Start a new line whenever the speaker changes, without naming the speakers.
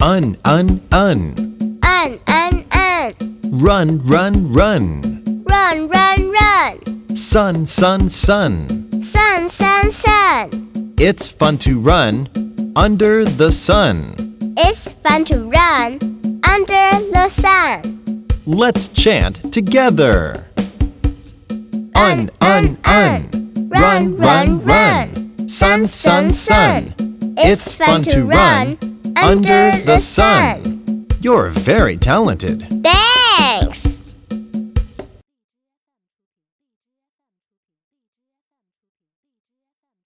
Un, un, un.
Un, un, un.
Run, run, run.
Run, run, run.
Sun, sun, sun.
Sun, sun, sun.
It's fun to run under the sun.
It's fun to run under the sun.
Let's chant together. Un, un, un. Run, run, run. Sun, sun, sun. It's fun to run under the sun. You're very talented.
Thanks.